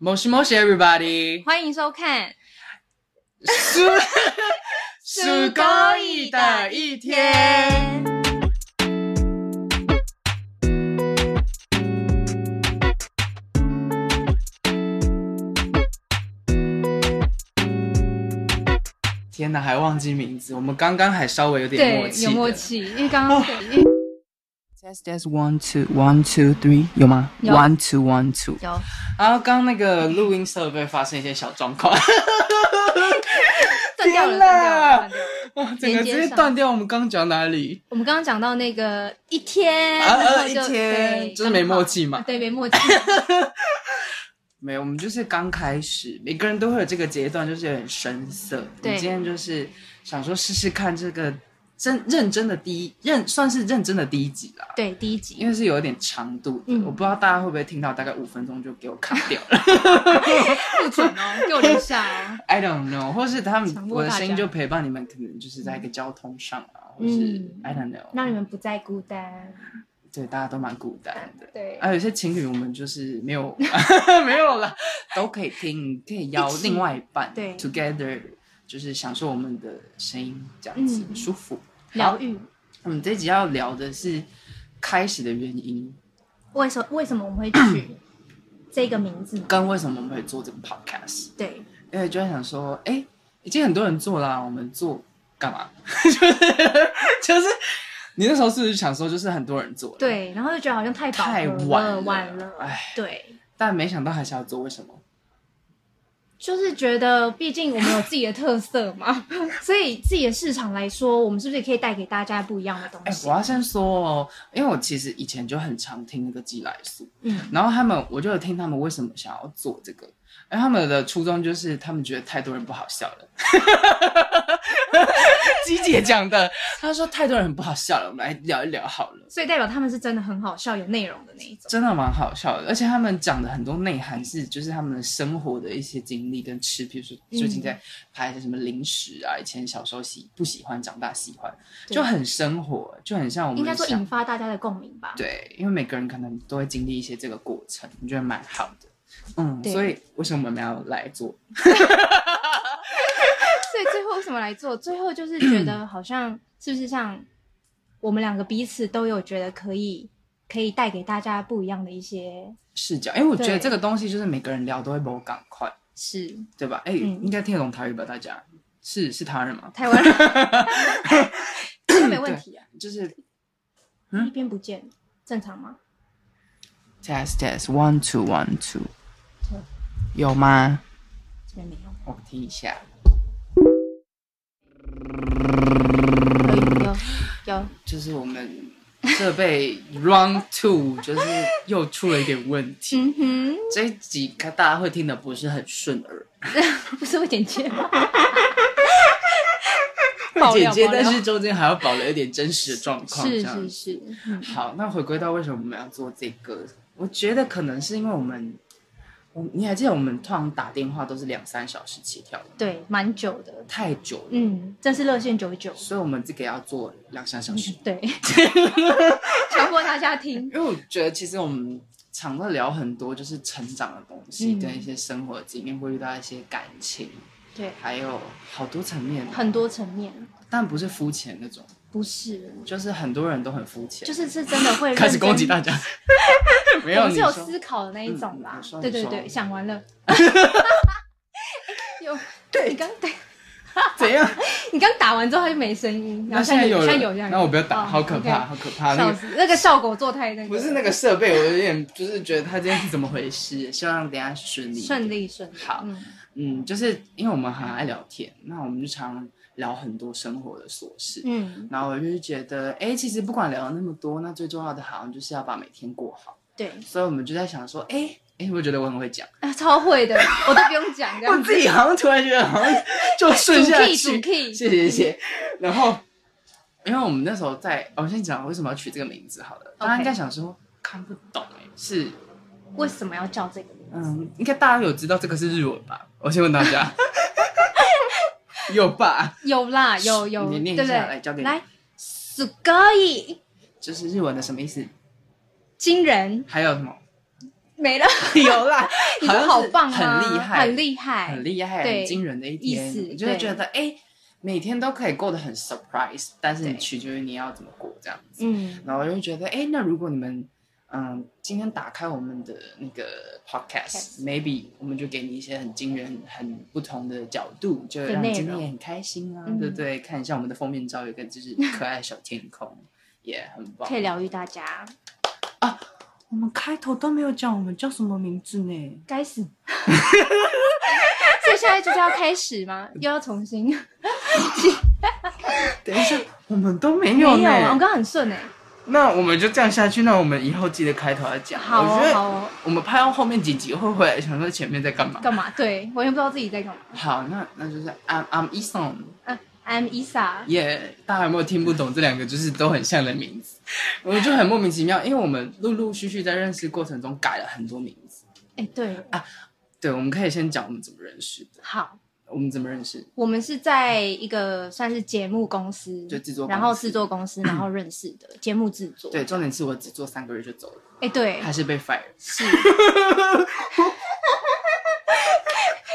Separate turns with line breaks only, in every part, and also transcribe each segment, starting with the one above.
もしもし everybody，
欢迎收看。
すすごい的一天。天哪，还忘记名字，我们刚刚还稍微有点默
对，
契的。哦
有默契，因为刚刚对因为
Test test one two one two three 有吗
有
？One two one two。
有
然后刚那个录音设备发生一些小状况，
断掉
天哪
了，断掉了，断掉了。
哇整个
连接
直接
上
断掉。我们刚讲哪里？
我们刚刚讲到那个一天，
啊
然后
啊
就
一天
对
就是没默契
刚好啊
嘛
对，没默契。
没有，我们就是刚开始，每个人都会有这个阶段，就是有点生涩。
对
你今天就是想说试试看这个真认真的第一认，算是认真的第一集啦，
对，第一集
因为是有一点长度的，
嗯
我不知道大家会不会听到，大概五分钟就给我卡掉 了
不准 哦，给我留下哦。
，I don't know，或是他们
强迫
我的
大家
声音就陪伴你们，可能就是在一个交通上啊，或
嗯
是、I don't know，
让你们不再孤单。
对大家都蛮孤单的。
对，
啊，有些情侣我们就是没 有没有了，都可以听，可以邀
一起
另外一半，
对
，together 就是享受我们的声音，这样子、
嗯
舒服。
疗愈。
我们这集要聊的是开始的原因，
为什为什么我们会取这个名字？
跟为什么我们会做这个 podcast，
对，
因为就在想说，哎、已经很多人做啦，我们做干嘛？ 就是就是你那时候是不是想说，就是很多人做了，，
对，然后就觉得好像太饱
太
和
晚
了，
了
晚了
唉。
对，
但没想到还是要做，为什么？
就是觉得，毕竟我们有自己的特色嘛， 所以自己的市场来说，我们是不是也可以带给大家不一样的东
哎、
西？
我要先说哦，因为我其实以前就很常听那个寄来素，
嗯，
然后他们，我就有听他们为什么想要做这个，然后他们的初衷就是他们觉得太多人不好笑了。 鸡姐讲的，她说太多人很不好笑了，我们来聊一聊好了。
所以代表他们是真的很好笑、有内容的那一种。
真的蛮好笑的，而且他们讲的很多内涵是，就是他们的生活的一些经历跟吃，比如说最
嗯
近在拍一些什么零食啊，以前小时候喜不喜欢，长大喜欢，
对
就很生活，就很像我们
应该说
想
引发大家的共鸣吧。
对，因为每个人可能都会经历一些这个过程，我觉得蛮好的。嗯，
对
所以为什么我们要来做？
所以最后为什么来做？最后就是觉得好像是不是像我们两个彼此都有觉得可以可以带给大家不一样的一些
视角，因为我觉得
对
这个东西就是每个人聊都会不赶快，
是
对吧？哎、
嗯
应该听得懂台语吧？大家是是台湾人吗？
台湾人都没问题啊，
就是嗯
一边不见正常吗？
test test one two one two，有吗？
这边没有，
我听一下。
可以有有
就是我们设备 round two 就是又出了一点问题，
嗯哼。
这一集看大家会听的不是很顺耳，
不是会剪 接吗？
会剪接，
爆料爆料
但是中间还要保留一点真实的状况。
是
这样
是是，嗯
好，那回归到为什么我们要做这个，我觉得可能是因为我们，我你还记得我们通常打电话都是两三小时起跳吗，
对，蛮久的，
太久了，
嗯，真是热线九九，
所以我们这个要做两三小时，
对，强迫大家听，
因为我觉得其实我们。常在聊很多就是成长的东西，
嗯
跟一些生活经验，会遇到一些感情，
对，
还有好多层面，
很多层面，
但不是肤浅那种，
不是，
就是很多人都很肤浅，
就是是真的会
开始攻击
到，
大 家。没
我
有，
们
你
是有
说
思考的那一种
嗯
啦
你说，
对
你
对
说
对，想 完了，哎有，你刚对
怎样？
你刚打完之后它就没声音，然
那
后
现在有
现在有
人
这样，
那我不要打，
哦
好可怕，
OK
好可怕。那
笑
个
死，那个效果做太那个，
不是那个设备，我有点就是觉得他今天是怎么回事？希望等一下顺利。
顺。利顺利，
好
嗯
嗯，就是因为我们很爱聊天，那我们就常聊很多生活的琐事。
嗯，
然后我就是觉得，哎，其实不管聊了那么多，那最重要的好像就是要把每天过好。
对。
所以我们就在想说，哎，哎，我觉得我很会讲。
啊，超会 的，我都不用讲这
我
样。
自己好像突然觉得好像就顺
哎主
下
key
去
主。key，嗯
谢谢谢谢。然后，因为我们那时候在，哦我先讲为什么要取这个名字好了。大家
OK
应该想说看不懂哎、是
为什么要叫这个名字？
嗯，应该大家有知道这个是日文吧？我先问大 家，有吧？
有啦，有有，
你念一
对不
下来交给
对？
你
来 s u g a i
就是日文的什么意思？
惊人，
还有什么？
没了，
有啦，
你
好
们
像
好
是
棒啊，
很厉害，
很厉害，
很厉害，
对
很惊人的一
意
天，
思
你就会觉得哎、诶每天都可以过得很 surprise，但是你
对
取决于你要怎么过这样子。
嗯，
然后我就觉得，哎、那如果你们嗯今天打开我们的那个 podcast，maybe 我们就给你一些很惊人、很不同的角度，就
的
让
内
你今天
容
也很开心啊，
嗯
对不对？看一下我们的封面照，有一个就是 可爱的小天空，也很棒
可。以疗愈大家。
我们开头都没有讲我们叫什么名字呢？
该死！所以现在就是要开始吗？又要 重新？
等 一下，我们都没有
没有啊，我
呢
刚。刚很顺哎、
那我们就这样下去，那我们以后记得开头要讲。
好
我
哦
觉，得
好哦，
我们拍到后面几集会回来想说前面在干嘛。
干嘛？对，完全不知道自己在干嘛。
好，那那就是 I'm I'm Eason，
嗯、i m Isa，
耶大家有没有听不懂这两个就是都很像的名 字？我就很莫名其妙，因为我们陆陆续续在认识过程中改了很多名字。
哎、对，
对，我们可以先讲我们怎么认识的，
好，
我们怎么认识？
我们是在一个算是节目公司，
就制作公司
然后制作公司，然后认识的节目制作。
对，重点是我只做三个月就走了，
哎、对，
还是被 fire。
是，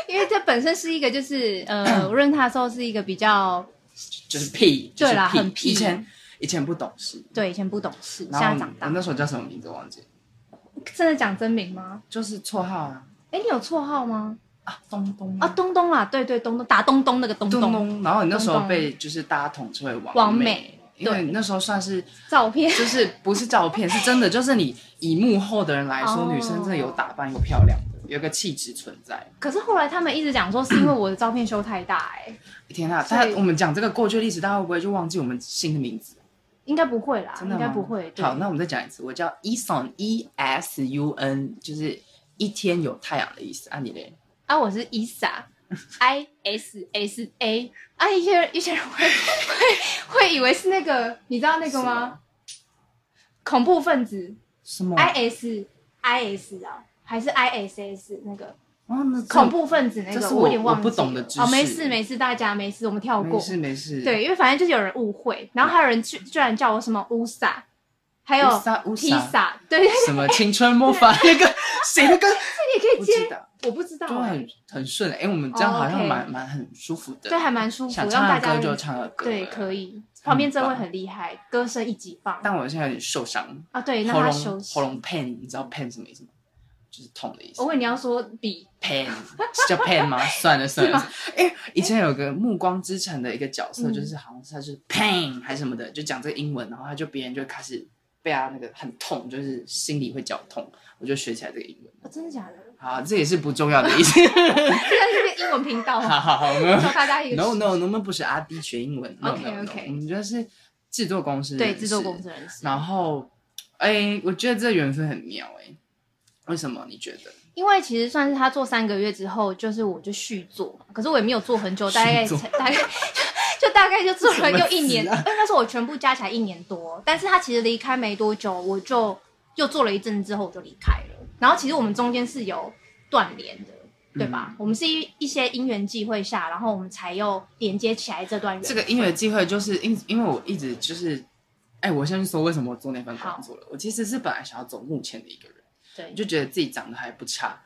因为这本身是一个，就是呃，我认他的时候是一个比较
就是屁，
对啦
就是
很屁
以前以前不懂事，
对以前不懂事，现
然后嗯我
在长
们
大
我，那时候叫什么名字我忘记了，
真的讲真名吗？
就是绰号啊
哎、你有绰号吗？
啊东东
啊，东东啦，对对，东东打东东那个东
东
东，
东，然后你那时候被就是大家统称为王
王
美
美，
因为
对
你那时候算是
照片
就是不是照片，是真的，就是你以幕后的人来说，
哦
女生真的有打扮，有漂亮的，有个气质存在。
可是后来他们一直讲说是因为我的照片修太大、哎，
天啊，
所
大
以
家我们讲这个过去历史，大家会不会就忘记我们新的名字？
应该不会啦，
真的
啊应
吗
该不会。对
好，那我们再讲一次，我叫 Eason E S U N，就是一天有太阳的意思。啊，你嘞？
啊，我是 Isa，I S S A，啊，一些人一些人会会会以为是那个，你知道那个吗？恐怖分子
啊什么？
I S I S 啊，还是 I S S 那个
啊，那这
恐怖分子那
这
个，
是
我
我
有点忘记
我不懂的知识
哦，没事没事，大家没事，我们跳
没
过。
事没事。，
对，因为反正就是有人误会，然后还有人居居然叫我什么乌萨，还有
乌萨乌萨
Tisa，对，这
什么青春魔法那 个谁的歌？
你也可
不
以
记
接，
得，
我不知道
就
欸，
很很顺。哎，我们这样
哦
好像
OK
蛮蛮很舒服的。
对，还蛮舒服，
想
让
唱
大
儿
家
歌就唱儿歌，嗯
对，可。以。旁边这位很厉害，歌声一级棒
但我现在有点受伤，
啊！对，让
喉
他
咙
休息
喉。咙 pain，你知道 pain 什么意思吗？就是痛的意思
我。问你要说比
pain 是叫 pain 吗？算了算
是
了
吗，
哎，以前有个《暮光之城》的一个角色，
嗯
就是好像是他是 pain 还是什么的，就讲这个英文，然后他就别人就开始被他那个很痛，就是心里会绞痛，我就学起来这个英文。
哦真的 假的？
好，这也是不重要的意思。
现在是个英文频道，
好
啊教
好 好，我们
大家一个
no no，我们不是阿弟学英文。no, no, no,
OK，OK
我们觉得是制作公司，
对制作公。司人士，
然后，哎、我觉得这缘分很妙哎、为什么你觉得？
因为其实算是他做三个月之后，就是我就续做嘛，可是我也没有做很久，大概
续做
才大概 就大概就做了又一年，
什么词啊
应该是我全部加起来一年多。但是他其实离开没多久，我就又做了一阵之后我就离开了。然后其实我们中间是有断联的，对
嗯
吧？我们是一一些因缘际会下，然后我们才又连接起来这段缘。
这个音乐机会就是因因为我一直就是，哎、我先说为什么我做那份工作了。我其实是本来想要走幕前的一个人，
对
我，就觉得自己长得还不 差。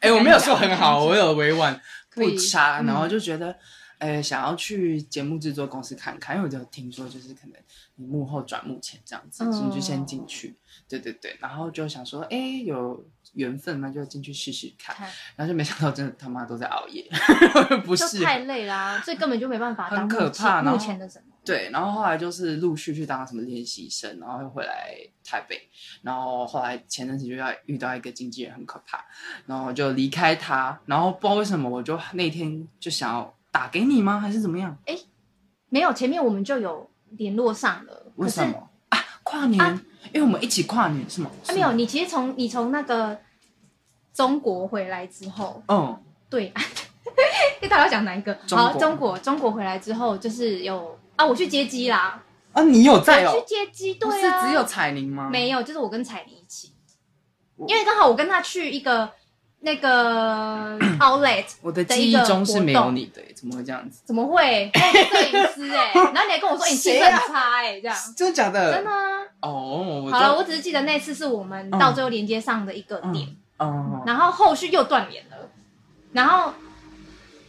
哎、我没有说很好，我有委婉，
可以
不差，
嗯
然后就觉得，呃，想要去节目制作公司看看，因为我就听说就是可能你幕后转幕前这样子，
嗯
所以你就先进去，对对对，然后就想说，哎，有缘分那就进去试试看，
看
然后就没想到真的他妈都在熬夜， 不。
就是太累啦、所以根本就没办法当
很可
目前
怕然后
目前的什么。
对，然后后来就是陆续去当什么练习生，然后又回来台北，然后后来前阵子就要遇到一个经纪人很可怕，然后就离开他，然后不知道为什么我就那天就想要打给你吗，还是怎么样？
没有，前面我们就有联络上了，
为
可是
什么啊？跨年，
啊
因为我们一起跨年是吗？
啊，没有，你其实从你从那个中国回来之后，
嗯，
对岸，你 到底要讲哪一个？
中国
好，中国，中国回来之后就是有啊，我去接机啦，
啊，你有在
我
哦
去？接机，
不
对啊，
是只有彩铃吗？
没有，就是我跟彩妮一起，
我
因为刚好我跟他去一个 那个 outlet
我的记忆中是没有你的，欸怎么会这样子？
怎么会？那你是摄影师哎、然后你还跟我说你气
谁
氛
啊
很差哎、这样
真的假的？
真的啊、
哦，我嗯
好了，我只是记得那次是我们到最后连接上的一个点，
哦，
然后后续又断联了，然后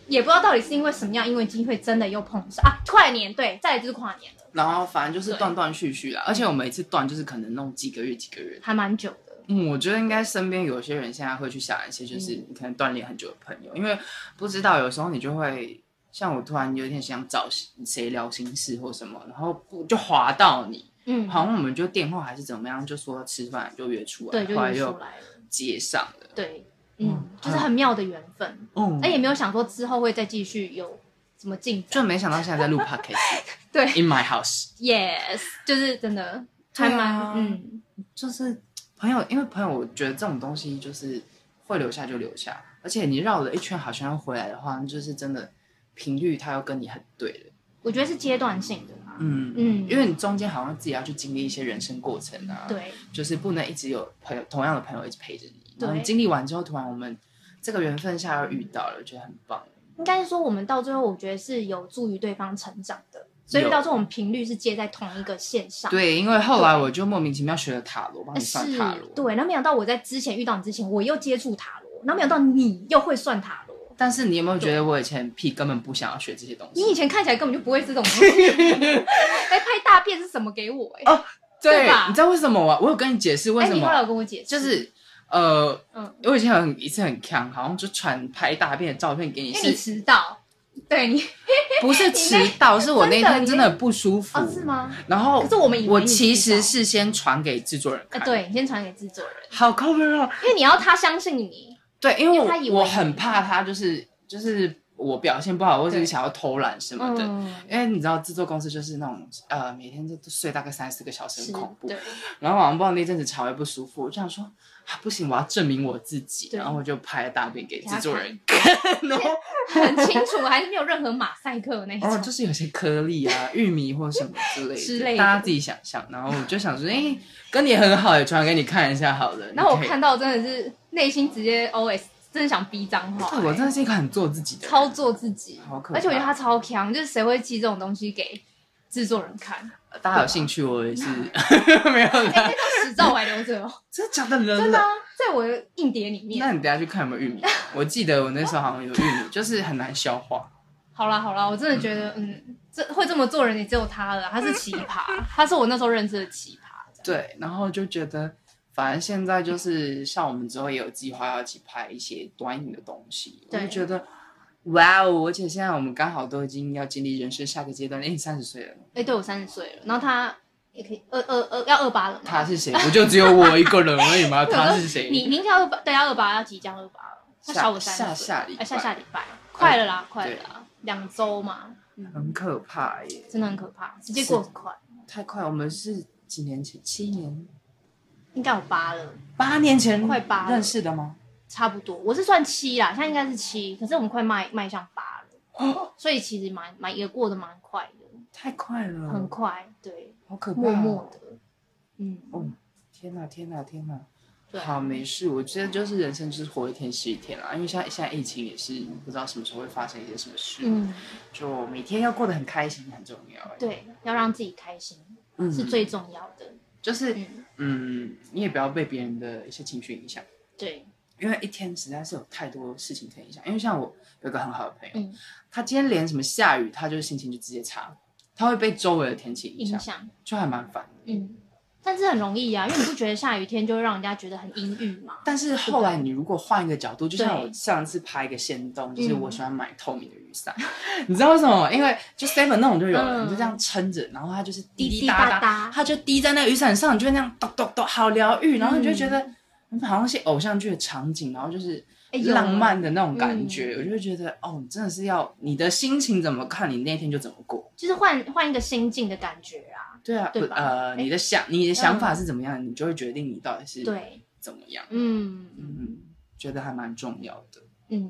也不知道到底是因为什么样，因为机会真的又碰上啊，跨年对，再来就是跨年了，
然后反正就是断断续续啦，而且我每次断就是可能弄几个月几个月。
还蛮久的。
嗯，我觉得应该身边有些人现在会去想一些，就是
嗯
你可能锻炼很久的朋友，因为不知道有时候你就会像我突然有点想找谁聊心事或什么，然后不就划到你，
嗯，
好像我们就电话还是怎么样，就说吃饭就约出来，
对，就
后来
约
又
出来了，
接上了。
对，嗯
嗯，
就是很妙的缘分，哎
嗯
那也没有想说之后会再继续有什么进
就
展。
没想到现在在录 podcast
对
in my house，
，yes，就是真的
对
还
啊
蛮、嗯，
就是朋友，因为朋友，我觉得这种东西就是会留下就留下，而且你绕了一圈好像要回来的话，就是真的频率它要跟你很对了，
我觉得是阶段性的啦。
嗯
嗯
因为你中间好像自己要去经历一些人生过程啊，，
对，
就是不能一直有朋友同样的朋友一直陪着你，
对
然后你经历完之后，突然我们这个缘分下又遇到了，觉得很棒，
应该是说我们到最后，我觉得是有助于对方成长的，所以
有
到最后我们频率是接在同一个线上。
对，因为后来我就莫名其妙学了塔罗，帮你
呃是
算塔罗，，
对，那没想到我在之前遇到你之前，我又接触塔罗，那没想到你又会算塔罗。
但是你有没有觉得我以前屁根本不想要学这些东西？
你以前看起来根本就不会这种东 西，哎、拍大便是什么给我、哎、
哦对
对吧
你知道为什么吗？我有跟你解释为
哎，
什
你
么，
后来有跟我解释，
就是呃，
嗯，
我以前很一次很强，好像就传拍大便的照片给你，
因哎为你
是
迟到，对你
不是迟到？是我那
真的
天真的很不舒服
哦，是吗？
然后
可是我们以为
我
你
其
迟到
实是先传给制作人
啊，
看，，
对，你先传给制作人，
好扣分哦，
因为你要他相信你，
对，因为
因为他以为
我我很怕他就是就是我表现不好，或者是
对
想要偷懒什么的。
嗯，
因为你知道制作公司就是那种呃每天就睡大概三四个小时，
是
很恐怖。
对，
然后晚上不知道那阵子肠胃不舒服，我就想说啊不行，我要证明我自己，
对
然后我就拍了大便给
给他
制作人看，然后
很清楚，还是没有任何马赛克那一
哦
种，
就是有些颗粒啊、 玉米或什么之类的，
之类的
大家自己想象。然后我就想说，哎、跟你很好，也传给你看一下好了。
然后我
你可以
看，到真的是内心直接 OS，真的想逼脏话、
对我真的是一个很做自己的人，
超做自己
好可，怕
而且我觉得他超强，就是谁会寄这种东西给制作人看？
大家有兴趣，我也是没有
哎、
啦，
这张纸照我还留着哦，
真的假的人
真的
了。
啊、在我的硬碟里面
那。你等一下去看有没有玉米？我记得我那时候好像有玉米，就是很难消化。
好啦好啦，我真的觉得，嗯，这会这么做人也只有他了，他是奇葩， 他是我那时候认识的奇葩。这样
对，然后就觉得，反正现在就是像我们之后也有计划要一起拍一些短影的东西，我
对
就觉得。哇哦！而且现在我们刚好都已经要经历人生下个阶段了，哎，你三十岁了，
哎、对我三十岁了，然后他也可以二二二要二八了嘛，
他是谁？不就只有我一个人而已吗？
对我
他
说
是谁？
你您要二八，对，要二八，要即将二八了，他
下
小我三十
下
岁，
下礼
哎，下
拜
下礼拜，快了啦，快了啦，两周嘛，嗯，
很可怕耶！
真的很可怕，时间过得很快，
太快，我们是几年前？七年、
应该有八了，
八年前
快八了
认识的吗？
差不多，我是算七啦，现在应该是七，可是我们快迈迈向八了，
哦，
所以其实蛮蛮也过得蛮快的，
太快了，
很快，对，
好可怕哦！
默默的，嗯，
哦，天哪，天哪，天哪！
对啊，
好，没事，我觉得就是人生就是活一天是一天啦，因为像现在疫情也是不知道什么时候会发生一些什么事，
嗯，
就每天要过得很开心很重要。，
对，要让自己开心
嗯
是最重要的，
就是
嗯，
嗯，你也不要被别人的一些情绪影响。
对，
因为一天实在是有太多事情可以影响。因为像我有一个很好的朋友，
嗯，
他今天连什么下雨，他就是心情就直接差，他会被周围的天气影
影
响，
响。
就还蛮烦的。
嗯，但是很容易啊，因为你不觉得下雨天就会让人家觉得很阴郁嘛？
但是后来你如果换一个角度，就像
对
我上次拍一个线动，就是
嗯
我喜欢买透明的雨伞， 你知道为什么吗？因为就 seven 那种就有了，
嗯
你就这样撑着，然后它就是滴
滴
滴
答
答
答
它就滴在那雨伞上，你就会那
嗯
样咚咚咚，好疗愈，然后你就觉得好像是偶像剧的场景，然后就是
哎有嗯
浪漫的那种感觉，我就会觉得哦，你真的是要你的心情怎么看，你那天就怎么过。
就是换换一个心境的感觉啊。
对啊，
对吧
呃，
哎
你的想你的想法是怎么样，你就会决定你到底是
对，
怎么样。
嗯
嗯，觉得还蛮重要的。
嗯，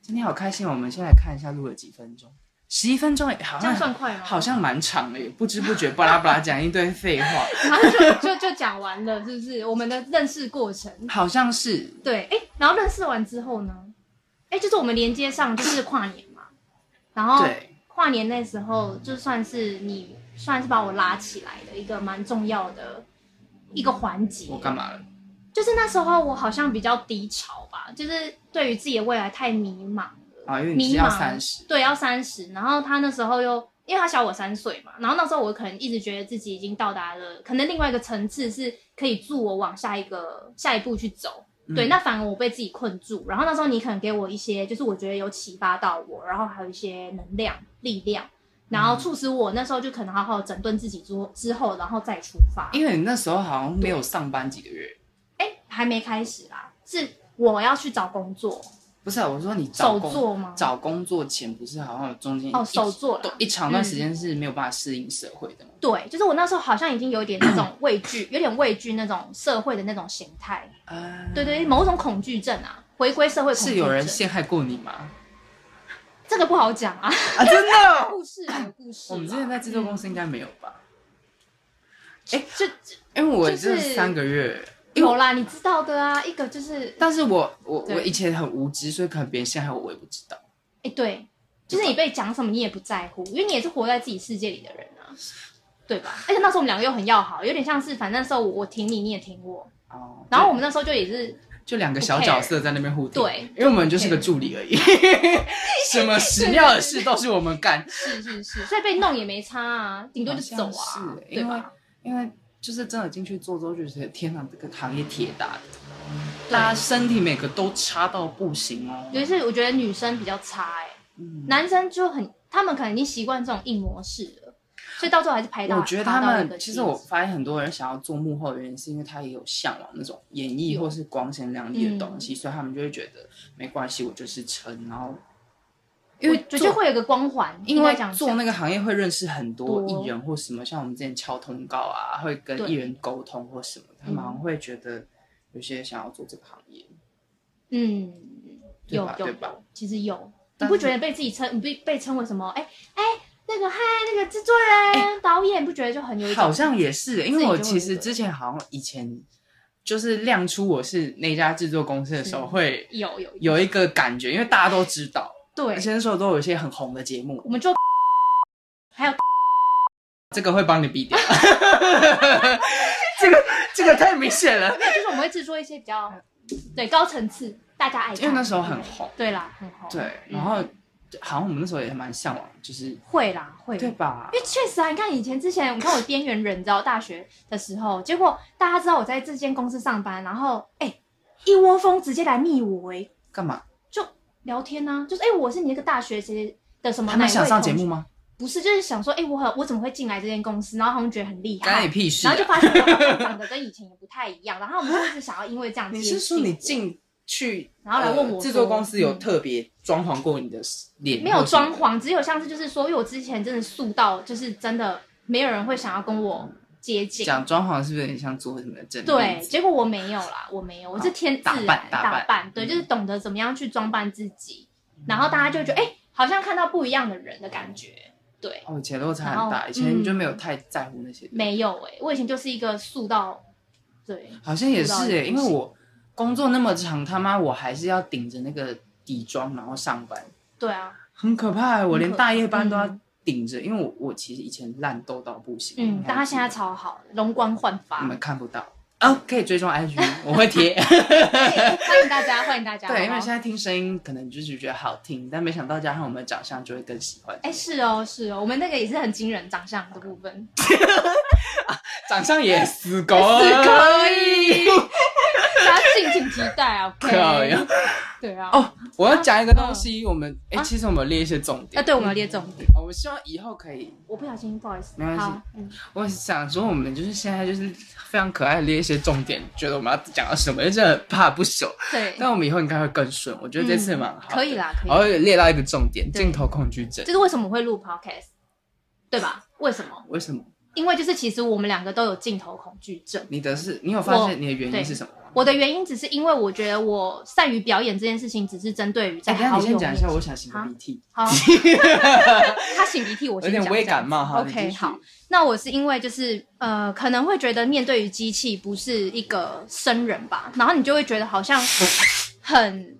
今天好开心，我们先来看一下录了几分钟。十一分钟也好
这样算
像
快吗？
好像蛮长的，也不知不觉巴拉巴拉讲一堆 废话，
然后就就就讲完了，是不是？我们的认识过程，
好像是
对，哎、然后认识完之后呢，哎、就是我们连接上就是跨年嘛，然后
对
跨年那时候就算是你算是把我拉起来的一个蛮重要的一个环节，
我干嘛了？
就是那时候我好像比较低潮吧，就是对于自己的未来太迷茫了，
啊，因为你
迷
是要
茫
三十，
对，要三十。然后他那时候又，因为他小我三岁嘛，然后那时候我可能一直觉得自己已经到达了可能另外一个层次，是可以助我往下一个下一步去走。对，
嗯
那反而我被自己困住。然后那时候你可能给我一些，就是我觉得有启发到我，然后还有一些能量、力量，然
嗯
后促使我那时候就可能好好整顿自己之后之后，然后再出发。
因为你那时候好像没有上班几个月，
哎、还没开始啦，是我要去找工作，
不是、啊、我说你找
手
工
做吗？
找工作前不是好像有中间
哦，
一
手嗯做啦
都一长段时间是没有办法适应社会的嘛，
对，就是我那时候好像已经有一点 那种畏惧，有点畏惧那种社会的那种形态，
啊，
对对，某种恐惧症啊，回归社会恐惧
是
症。
有人陷害过你吗？
这个不好讲啊，
啊，真的，
故事啊有故事啊。
我们之前在制作公司应该没有吧？
就
因为我
就是
这三个月，因为
有啦，你知道的啊，一个就是
但是我我
对
我以前很无知，所以可能别人陷害我，我也不知道。
哎对，就是你被讲什么你也不在乎，因为你也是活在自己世界里的人啊，对吧？而且那时候我们两个又很要好，有点像是反正那时候我我挺你，你也挺我，
哦，
然后我们那时候就也是
就两个小角色在那边互动，
对，
因为我们就是个助理而已， 什么屎尿的事都是我们干，
是是是，所以被弄也没差啊，顶多就走
好像
啊
是，欸
对
因为
吧？
因为就是真的进去做之后，就觉得天哪，这个行业铁打的，大家身体每个都差到不行哦。
尤其是我觉得女生比较差哎、
嗯
男生就很，他们可能已经习惯这种硬模式了，所以到最后还是排到。
我觉得
爬
他
到一个
们，其实
极
我
致
发现很多人想要做幕后，的原因是因为他也有向往那种演艺
有嗯
或是光鲜亮丽的东西，所以他们就会觉得没关系，我就是撑。然后，因为
我觉
做
得会有一个光环，
因为
讲
做那个行业会认识很多
多
艺人或什么，像我们之前敲通告啊，会跟
对
艺人沟通或什么，他们好像会觉得有些想要做这个行业，
嗯，
对
有
吧
有
对吧
有，其实有，你
但
不
是
觉得被自己称，你被被称为什么？哎、哎、那个嗨，那个制作人、导演，不觉得就很有一种
哎好像也是，因为我其实
自己就会有一个
之前好像以前就是亮出我是那家制作公司的时候
是
会。
有有
有一个感觉，因为大家都知道，
对
而，且那时候都有一些很红的节目
我，们就还有
这个会帮你避 掉。这个这个太明显了，
就是我们会制作一些比较对高层次，大家爱看，
嗯因为那时候很红。
对啦，很红，
对，然后好像我们那时候也蛮向往，就是
会啦会
对吧
因？为确实啊，你看以前之前，你看我边缘人，你知道大学的时候，结果大家知道我在这间公司上班，然后哎、一窝蜂直接来密我、哎，
干嘛？
聊天呢、就是哎、我是你那个大学谁的什么
他
哪
们
一位
想上节
同
目
学？
吗？
不是，就是想说，哎、我很我怎么会进来这间公司？然后他们觉得很厉
干
害
你，屁事啊！
然后就发现我长得跟以前也不太一样，然后我们就一直想要因为这样
你
接
是说
近
你
我
进去，
然后来问我
呃制作公司有
说嗯
特别装潢过你的脸？
没有装，潢，只有像是就是说，因为我之前真的素到，就是真的没有人会想要跟我接近。
讲装潢是不是有点像做什么正
对，，结果我没有啦，我没有，我是天自然
哦打扮打扮
对，
嗯
就是懂得怎么样去装扮自己，然后大家就觉得哎、好像看到不一样的人的感觉。对，
哦，以前落差
然后
很大，以前就没有
嗯
太在乎那些东西。
没有哎、我以前就是一个素到，对，
好像也是
不知道
哎、
也不
因为我工作那么长，他妈我还是要顶着那个底妆然后上班，
对啊，
很可怕、欸。我连
很可
大夜班都要
嗯
顶着，因为我我其实以前烂痘到不行。
嗯，但他现在
在
超好，容光焕发
你，们嗯看不到哦，可以追踪 IG，我会贴。
欢迎大家，欢迎大家。
对，因
好
为
不好
现在听声音可能就是觉得好听，但没想到加上我们的长相就会更喜欢。
哎、是哦，是哦，我们那个也是很惊人长相的部分。
长相也死狗，
是 可以，大家敬请期待啊
可以
！OK，对啊，
哦。我要讲一个东西，我们哎、
啊
其实我们有列一些重
啊，
点。
对，我们有列重点，
哦，我希望以后可以
我不小心，不好意思，
没关系
好，嗯，
我想说，我们就是现在就是非常可爱的列一些重点，觉得我们要讲到什么，就是很怕不熟。
对，嗯
但我们以后应该会更顺，我觉得这次蛮好、
可以。啦，可以
然
啦。
后列到一个重点，
对
镜头恐惧症。
这是为什么会录 podcast，对吧？为什么？
为什么？
因为就是其实我们两个都有镜头恐惧症。
你的是，你有发
我
现你的原
对
因是什么吗？
我的原因只是因为我觉得我善于表演这件事情，只是针对于在
哎，等一下
好
你
友
先讲
面
一
前
下，我想擤个鼻涕，
好，他擤鼻涕，我
有
先
点
讲
微
这样
感冒哈。你
OK，
继续
好，那我是因为就是呃，可能会觉得面对于机器不是一个生人吧，然后你就会觉得好像很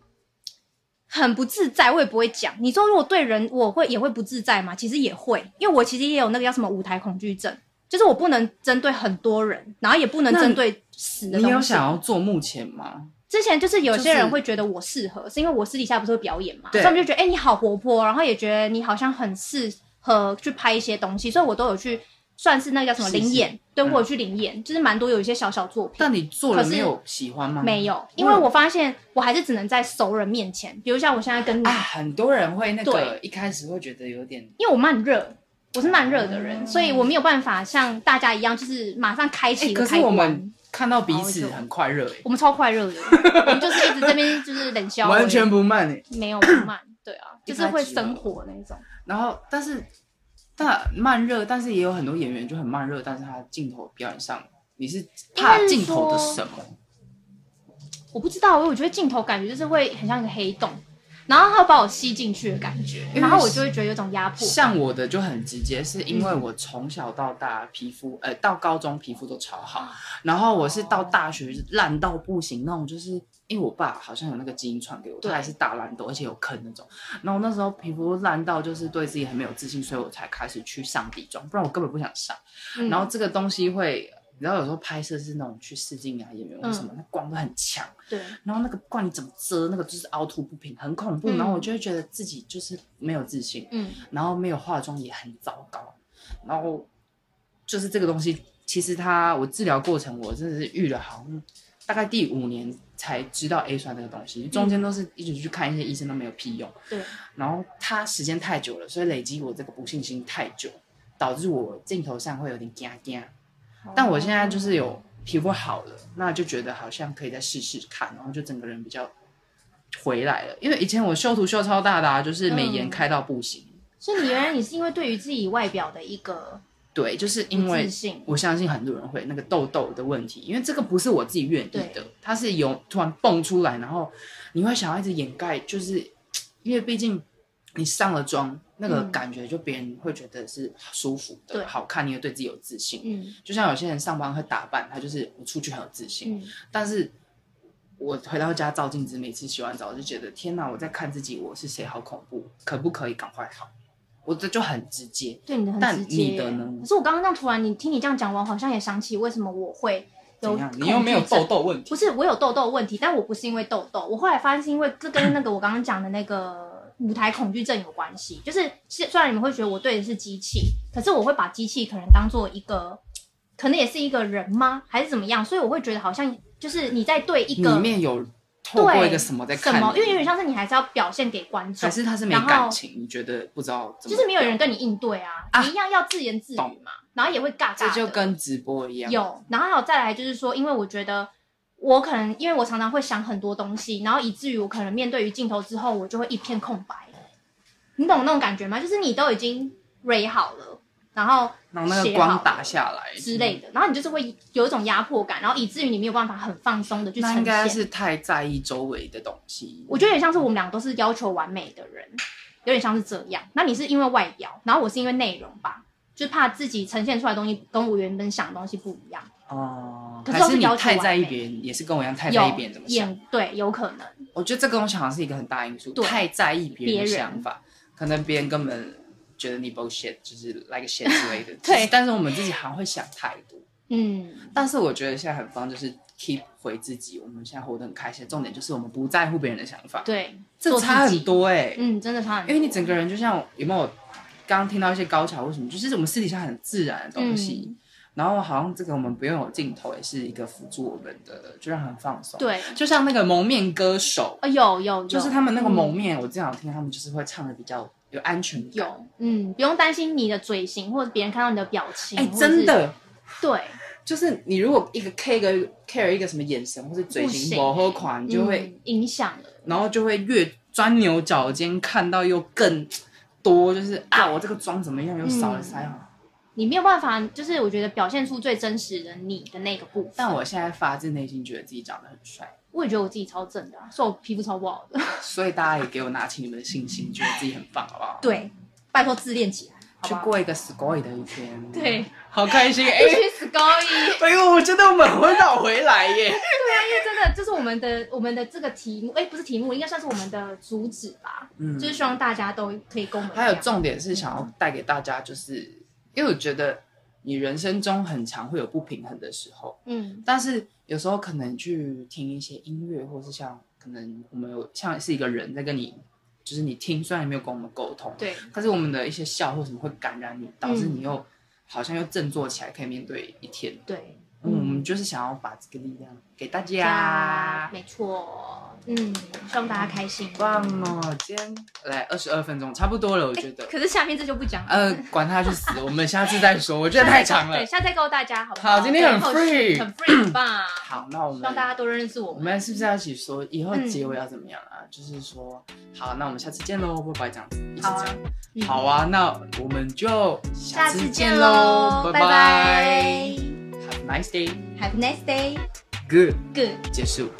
很不自在，我也不会讲。你说如果对人，我会也会不自在吗？其实也会，因为我其实也有那个叫什么舞台恐惧症，就是我不能针对很多人，然后也不能
那
针
你
对死的
你有
东西。
想要做幕前吗？
之前就是有些
就
人
是
会觉得我适合，是因为我私底下不是会表演嘛，所
对
以他们就觉得哎、你好活泼，然后也觉得你好像很适合去拍一些东西，所以我都有去算是那个叫什么
试试
灵演，对
嗯
我有去灵演，就是蛮多有一些小小作品。
但你做了
可是
没有喜欢吗？
没有，因为我发现我还是只能在熟人面前，比如像我现在跟你，
啊，很多人会那个
对
一开始会觉得有点
因为我慢热，我是慢热的
嗯
人，所以我没有办法像大家一样，就是马上开启
哎
一
可
个
是
开
我
关。
们看到彼
好
此
就
很快热哎，
我们超快热的， 我们就是一直这边就是冷笑，
完全不慢哎。
没有不慢，对啊，就是会生火那一种。
然后，但是但慢热，但是也有很多演员就很慢热，但是他镜头表演上，你是怕镜头的什么？
嗯我不知道，我觉得镜头感觉就是会很像一个黑洞，然后它会把我吸进去的感觉，
因为
然后我就会觉得有种压迫。
像我的就很直接，是因为我从小到大皮肤，
嗯
呃，到高中皮肤都超好，然后我是到大学是烂到不行那种，就是因为我爸好像有那个基因传给我，
对
他还是大烂痘，而且有坑那种。然后那时候皮肤烂到就是对自己很没有自信，所以我才开始去上底妆，不然我根本不想上。
嗯
然后这个东西会，你知道有时候拍摄是那种去试镜啊，演员为什
嗯
么、那光都很强，
对，
然后那个不管你怎么遮，那个就是凹凸不平，很恐怖。
嗯
然后我就会觉得自己就是没有自信，
嗯，
然后没有化妆也很糟糕，然后就是这个东西，其实它我治疗过程我真的是遇了好像大概第五年才知道 A 酸这个东西，中间都是一直去看一些医生都没有屁用。
对，
然后它时间太久了，所以累积我这个不信心太久，导致我镜头上会有点嘎嘎。但我现在
哦
就是有皮肤好了，那就觉得好像可以再试试看，然后就整个人比较回来了。因为以前我修图修超大的、啊，就是美颜
嗯
开到不行。
所以你原来你是因为对于自己外表的一个
对，就是
不
因为
自信，
我相信很多人会那个痘痘的问题，因为这个不是我自己愿意的
对，
它是有突然蹦出来，然后你会想要一直掩盖，就是因为毕竟你上了妆，那个
嗯
感觉就别人会觉得是舒服的、
对
好看，你也对自己有自信。
嗯
就像有些人上班会打扮，他就是我出去很有自信，
嗯，
但是我回到家照镜子，每次洗完澡我就觉得天哪，我在看自己，我是谁，好恐怖，可不可以赶快好？我这就很直接，
对你的很
但
直接。
你的呢
可是我刚刚这样突然，你听你这样讲完，我好像也想起为什么我会有
怎样？你又没有
恐惧症
痘痘问题
不。是，我有痘痘问题，但我不是因为痘痘，我后来发现是因为这跟那个我刚刚讲的那个舞台恐惧症有关系。就是是虽然你们会觉得我对的是机器，可是我会把机器可能当做一个，可能也是一个人吗，还是怎么样？所以我会觉得好像就是你在对一
里
个
面有透过
对
一个什么在
什
看你，
么，因为有点像是你还是要表现给观众
还，是他是没
然后
感情，你觉得不知道怎
就
么，
是没有人跟你应对啊，
啊
你一样要自言自语
懂
嘛，然后也会尬尬
这
的。
就跟直播一样，
有，然后还有再来就是说，因为我觉得我可能因为我常常会想很多东西，然后以至于我可能面对于镜头之后，我就会一片空白。你懂那种感觉吗？就是你都已经 r 好了，然后
然后那个
写好
光
了
打下来嗯
之类。的，然后你就是会有一种压迫感，然后以至于你没有办法很放松的去
那
呈
应该
现。
是太在意周围的东西。
我觉得有点像是我们俩都是要求完美的人，有点像是这样。那你是因为外表，然后我是因为内容吧，就是怕自己呈现出来的东西跟我原本想的东西不一样。
哦，
可是
还
都是
你
要求
太
完
在意
美
别人，也是跟我一样太在意
有
别人怎么想。
演对，有可能。
我觉得这个东西好像是一个很大因素，
对
太在意别人的
别人
想法，可能别人根本觉得你 bullshit，就是来个 shit 之类的。
对
但是我们自己好像会想太多。
嗯，
但是我觉得现在很棒，就是 keep 回自己。我们现在活得很开心，重点就是我们不在乎别人的想法，
对，
这
做
差
自
很
己
多哎、
嗯，真的差很
因
多。
为你整个人就像有没有刚刚听到一些高潮，为什么就是我们私底下很自然的东西，
嗯
然后好像这个我们不用有镜头，也是一个辅助我们的，就让很放松。，
对，
就像那个蒙面歌手，
啊有有有，
就是他们那个蒙
嗯
面，我经常听他们就是会唱的比较有安全感。
有，嗯，不用担心你的嘴型或者别人看到你的表情，
哎、
或者
真
是
的，
对，
就是你如果一个 care 一个 care 一个什么眼神或者嘴
不
型
行
不合款，你就会
嗯影响了。
然后就会越钻牛
嗯
角尖，看到又更多，就是啊，我这个妆怎么样，又少了腮红，
你没有办法，就是我觉得表现出最真实的你的那个部分。
但我现在发自内心觉得自己长得很帅，
我也觉得我自己超正的、啊，所以我皮肤超不好的。
所以大家也给我拿起你们的信心，觉得自己很棒，好不好？
对，拜托自恋起来，好
去
吧？
过一个 score 的一天，，
对，
好开心！哎
必、须 s c o y
哎呦，我觉得我们会绕回来耶。
因为真的就是我们的我们的这个题目，哎、不是题目，应该算是我们的主旨吧，
嗯
就是希望大家都可以跟我们一
还有
样
重点是想要带给大家，就是因为我觉得你人生中很常会有不平衡的时候，
嗯
但是有时候可能去听一些音乐，或是像可能我们有像是一个人在跟你，就是你听，虽然没有跟我们沟通，
对
但是我们的一些笑或什么会感染你，导致你又好像又振作起来，可以面对一天。
对，
嗯，我们就是想要把这个力量给大
呀
家。
没错，嗯，希望大家开心。哎
棒哦！今天来二十二分钟，差不多了，我觉得。
可是下面这就不讲了，
呃，管他去死，我们下次再说，我觉得呃太长
对，
了。
下次再告诉大家好不
好今天很
对后续
free
很 free 吧？
好，那我
希
们
望大家多认识我
我
们。
们是不是要一起说以后
嗯
结尾要怎么样啊？就是说，好，那我们下次见喽，会不会这样子一直
好啊
这样？
嗯
好啊，那我们就
下
下
次
次
见
见
喽
喽，，
拜拜。
Have a nice day.
Have a nice day.
Good.
Good.
结束。